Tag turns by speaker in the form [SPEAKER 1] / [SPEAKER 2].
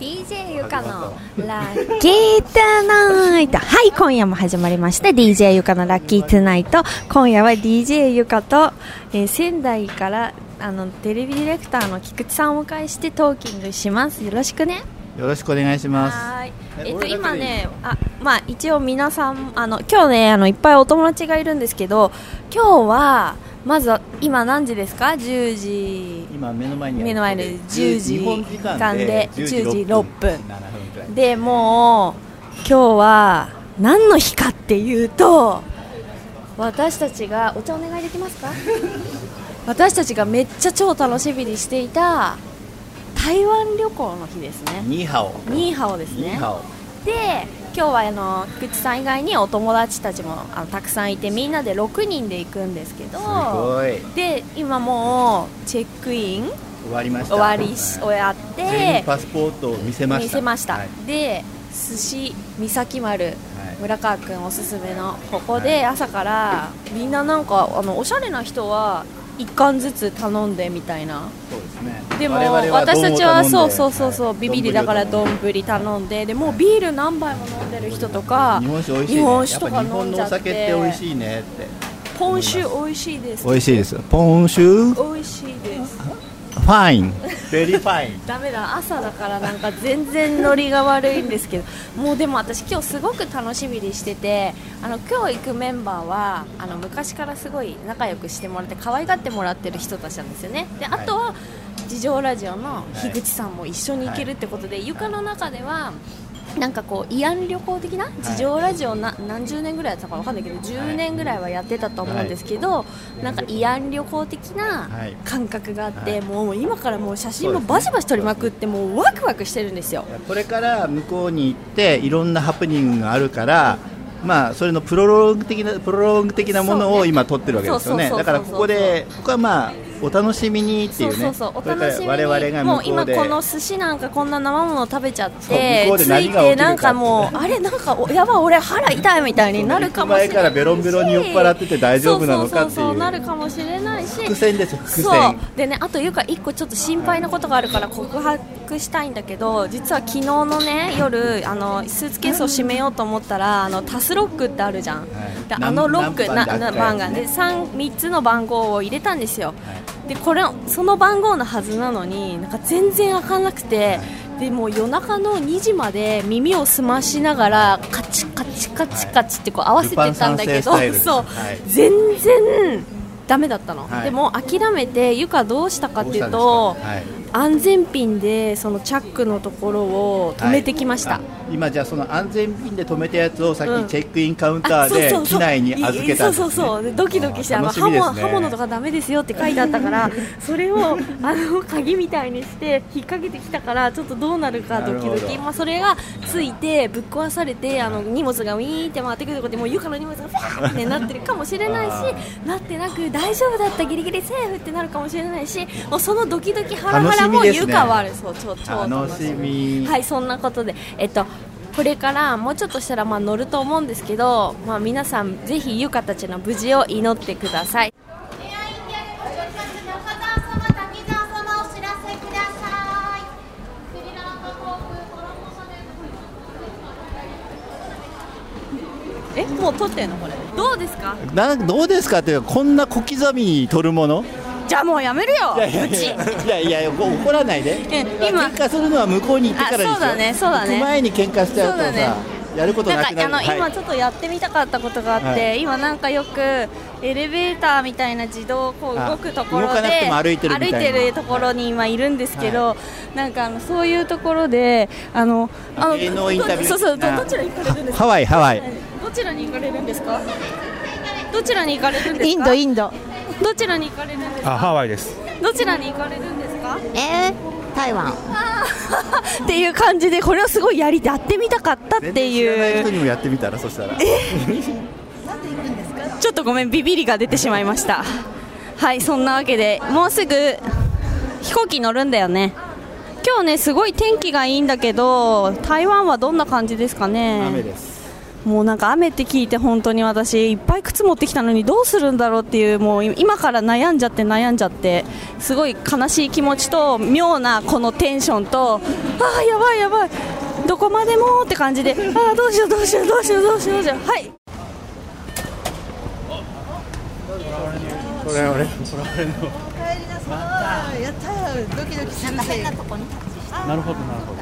[SPEAKER 1] DJ ゆかのラッキートゥナイトはい今夜も始まりました DJ ゆかのラッキートゥナイト今夜は DJ ゆかと、えー仙台からあのテレビディレクターの菊池さんをお迎えしてトーキングしますよろしくね
[SPEAKER 2] よろしくお願いします。
[SPEAKER 1] はーいえ
[SPEAKER 2] え
[SPEAKER 1] っと
[SPEAKER 2] 俺だけでいい
[SPEAKER 1] 今ねあまあ一応皆さんあの今日ねあのいっぱいお友達がいるんですけど今日はまず今何時ですか10時
[SPEAKER 2] 今目の前にある
[SPEAKER 1] 目の前で10時
[SPEAKER 2] 日本時間で
[SPEAKER 1] 10
[SPEAKER 2] 10
[SPEAKER 1] 時
[SPEAKER 2] 時
[SPEAKER 1] 6分
[SPEAKER 2] 6分7分くらい。
[SPEAKER 1] でもう今日は何の日かっていうと私たちがお茶お願いできます か私たちがめっちゃ超楽しみにしていた台湾旅行の日ですね
[SPEAKER 2] ニーハオ。
[SPEAKER 1] ニーハオです
[SPEAKER 2] ニー
[SPEAKER 1] ね
[SPEAKER 2] ハオ。
[SPEAKER 1] で今日はあの菊池さん以外にお友達たちもあのたくさんいてみんなで6人で行くんですけど
[SPEAKER 2] すごい。
[SPEAKER 1] で今もうチェックイン
[SPEAKER 2] 終わりました。
[SPEAKER 1] 終わりし終
[SPEAKER 2] はい
[SPEAKER 1] わって
[SPEAKER 2] 全員パスポートを見せました。
[SPEAKER 1] 見せました、
[SPEAKER 2] はい
[SPEAKER 1] で寿司三崎丸
[SPEAKER 2] はい
[SPEAKER 1] 村川君おすすめのここで朝からみんななんかあのおしゃれな人は1貫ずつ頼んでみたいな
[SPEAKER 2] そうですね。
[SPEAKER 1] でも
[SPEAKER 2] 我々
[SPEAKER 1] 私たちは
[SPEAKER 2] 丼
[SPEAKER 1] そ
[SPEAKER 2] を頼ん
[SPEAKER 1] う
[SPEAKER 2] で
[SPEAKER 1] そうそうそう、
[SPEAKER 2] はい
[SPEAKER 1] ビビリだから
[SPEAKER 2] 丼を
[SPEAKER 1] 丼
[SPEAKER 2] 頼んで
[SPEAKER 1] 頼んででもうビール何杯も飲んでる人とか
[SPEAKER 2] 日本酒美味しい、ね。
[SPEAKER 1] 日本酒と
[SPEAKER 2] や
[SPEAKER 1] か
[SPEAKER 2] っぱ日
[SPEAKER 1] 飲
[SPEAKER 2] 本
[SPEAKER 1] ん
[SPEAKER 2] の
[SPEAKER 1] じゃ
[SPEAKER 2] お
[SPEAKER 1] って
[SPEAKER 2] 酒って美味しいねって。
[SPEAKER 1] ポン酒美味しいです
[SPEAKER 2] 美味しいです。ポンシュフ
[SPEAKER 1] 美味しいです
[SPEAKER 2] ァイン。 ベリーファイン。
[SPEAKER 1] ダメだ朝だからなんか全然ノリが悪いんですけど もうでも私今日すごく楽しみにしててあの今日行くメンバーはあの昔からすごい仲良くしてもらって可愛がってもらってる人たちなんですよねであとは事情ラジオの樋口さんも一緒に行けるってことで床の中ではなんかこう慰安旅行的な事情ラジオな何十年ぐらいやったかわかんないけど10年ぐらいはやってたと思うんですけどなんか慰安旅行的な
[SPEAKER 2] はい
[SPEAKER 1] 感覚があって、
[SPEAKER 2] はい
[SPEAKER 1] もう今からもう写真写真もバシバシ撮りまくってもうワクワクしてるんですよ
[SPEAKER 2] これから向こうに行っていろんなハプニングがあるから、まあ、それのプロローグ的なプロローグ的なもの
[SPEAKER 1] そう
[SPEAKER 2] を
[SPEAKER 1] ね
[SPEAKER 2] 今撮ってるわけですよね
[SPEAKER 1] そうそうそうそう
[SPEAKER 2] だからここでここはまあお楽しみにって
[SPEAKER 1] そうう
[SPEAKER 2] いね
[SPEAKER 1] そうそうお
[SPEAKER 2] これ
[SPEAKER 1] 楽しみ
[SPEAKER 2] から我々
[SPEAKER 1] に
[SPEAKER 2] が
[SPEAKER 1] もう
[SPEAKER 2] 向こ
[SPEAKER 1] 今
[SPEAKER 2] うで
[SPEAKER 1] この寿司なんかこんな生もの食べちゃっ
[SPEAKER 2] そう
[SPEAKER 1] て
[SPEAKER 2] 向こう
[SPEAKER 1] つ
[SPEAKER 2] で
[SPEAKER 1] い
[SPEAKER 2] 何が起
[SPEAKER 1] て
[SPEAKER 2] きるか
[SPEAKER 1] なんかもうあれなんかおやばい俺腹痛いみたいになるかもしれないし
[SPEAKER 2] 行く前からベロンベロンに酔っ払ってて大丈夫なのかっていう
[SPEAKER 1] そうそうそうそうなるかもしれないし
[SPEAKER 2] 伏線ですよ伏
[SPEAKER 1] そ
[SPEAKER 2] 線
[SPEAKER 1] うでねあとゆか一個ちょっと心配なことがあるから告白したいんだけど実は昨日のね夜あのスーツケースを閉めようと思ったらあのタスロックってあるじゃん、であのロックな
[SPEAKER 2] 何
[SPEAKER 1] な
[SPEAKER 2] 何番だっ
[SPEAKER 1] 番
[SPEAKER 2] け
[SPEAKER 1] がで 3, 3つの番号を入れたんですよ、でこれその番号のはずなのになんか全然開かなくて、でもう夜中の2時まで耳を澄ましながらカチカチカチカチってこう合わせてたんだけど、
[SPEAKER 2] はいルパン三世スタイルで す
[SPEAKER 1] そう、
[SPEAKER 2] はい
[SPEAKER 1] 全然ダメだったの、
[SPEAKER 2] はい
[SPEAKER 1] でも諦めてゆかどうしたかっていう
[SPEAKER 2] ど
[SPEAKER 1] と
[SPEAKER 2] うしたんですかはい
[SPEAKER 1] 安全ピンでそのチャックのところを止めてきました、
[SPEAKER 2] はいあ今じゃあその安全ピンで止めたやつをさ
[SPEAKER 1] う
[SPEAKER 2] っ
[SPEAKER 1] ん
[SPEAKER 2] きチェックインカウンタ
[SPEAKER 1] あ
[SPEAKER 2] ー
[SPEAKER 1] そう
[SPEAKER 2] で
[SPEAKER 1] そうそ
[SPEAKER 2] 機
[SPEAKER 1] う
[SPEAKER 2] 内に預けたんです、ね、
[SPEAKER 1] そうそうそうでドキドキしてあの
[SPEAKER 2] 楽し
[SPEAKER 1] 刃
[SPEAKER 2] みです
[SPEAKER 1] 物
[SPEAKER 2] ね
[SPEAKER 1] 刃物とかダメですよって書いてあったから それをあの鍵みたいにして引っ掛けてきたからちょっとどうなるかドキド
[SPEAKER 2] なる
[SPEAKER 1] キ
[SPEAKER 2] ほど
[SPEAKER 1] まあそれがついてぶっ壊されてあの荷物がウィーンって回ってくるとこでもう床の荷物がファーってなってるかもしれない
[SPEAKER 2] あ
[SPEAKER 1] しなってなく大丈夫だったギリギリセーフってなるかもしれないしもうそのドキドキハラハラも
[SPEAKER 2] 楽しみです
[SPEAKER 1] 床
[SPEAKER 2] ね
[SPEAKER 1] はあるそう超超楽
[SPEAKER 2] 楽
[SPEAKER 1] し
[SPEAKER 2] し
[SPEAKER 1] み。
[SPEAKER 2] み
[SPEAKER 1] はい、そんなことで、えっと、これからもうちょっとしたらまあ乗ると思うんですけど、まあ、皆さん、ぜひゆかたちの無事を祈ってください。
[SPEAKER 3] エアインディアでご乗客の方様、滝沢様お知らせください。スリランカ航空コロンボ社です。
[SPEAKER 1] え、もう撮ってんの、これ。どうですか。
[SPEAKER 2] などうですかっていうかこんな小刻みに撮るもの
[SPEAKER 1] じゃあ、もうやめるよ。
[SPEAKER 2] いやいや
[SPEAKER 1] うち。
[SPEAKER 2] いやいやいやこ怒らないで
[SPEAKER 1] え今
[SPEAKER 2] 喧嘩するのは向こうに行ってからですよ
[SPEAKER 1] あそうだねそうだね
[SPEAKER 2] 行く前に喧嘩しちゃうと
[SPEAKER 1] そ
[SPEAKER 2] さ
[SPEAKER 1] うだ
[SPEAKER 2] やることな
[SPEAKER 1] な
[SPEAKER 2] く
[SPEAKER 1] ん
[SPEAKER 2] な
[SPEAKER 1] かあ
[SPEAKER 2] る
[SPEAKER 1] の、今
[SPEAKER 2] はい
[SPEAKER 1] ちょっとやってみたかったことがあって、
[SPEAKER 2] はい
[SPEAKER 1] 今なんかよくエレベーターみたいな自動こう
[SPEAKER 2] あ
[SPEAKER 1] 動くところで
[SPEAKER 2] 動かなくても歩いてるみたいな
[SPEAKER 1] 歩てるところに今いるんですけど、なんかあのそういうところであのあの
[SPEAKER 2] 芸能インタビュー
[SPEAKER 1] そうそうど
[SPEAKER 2] な
[SPEAKER 1] どちらに行かれるんですか
[SPEAKER 2] ハワイハワイ
[SPEAKER 1] どちらに行かれるんですか。どちらに行かれるんですか。
[SPEAKER 4] インドインド
[SPEAKER 1] どちらに行かれるんです
[SPEAKER 5] あハ
[SPEAKER 1] か。
[SPEAKER 5] ワイです
[SPEAKER 1] どちらに行かれるんですか。
[SPEAKER 4] えー、台湾
[SPEAKER 1] っていう感じでこれをすごいやりやってみたかったって
[SPEAKER 2] 全然知らない
[SPEAKER 1] い
[SPEAKER 2] 人
[SPEAKER 1] う。
[SPEAKER 2] にもやってみたらそしたら
[SPEAKER 1] ちょっとごめんビビりが出てしまいました。はいそんなわけでもうすぐ飛行機乗るんだよね。今日ねすごい天気がいいんだけど台湾はどんな感じですかね。
[SPEAKER 2] 雨です
[SPEAKER 1] もうなんか雨って聞いて本当に私いっぱい靴持ってきたのにどうするんだろうっていうもう今から悩んじゃって悩んじゃってすごい悲しい気持ちと妙なこのテンションとああやばいやばいどこまでもって感じでああどうしようどうしようどうしようどうしようどうしようはい
[SPEAKER 2] これ俺
[SPEAKER 5] やったードキドキするぜ
[SPEAKER 6] なるほどなるほど。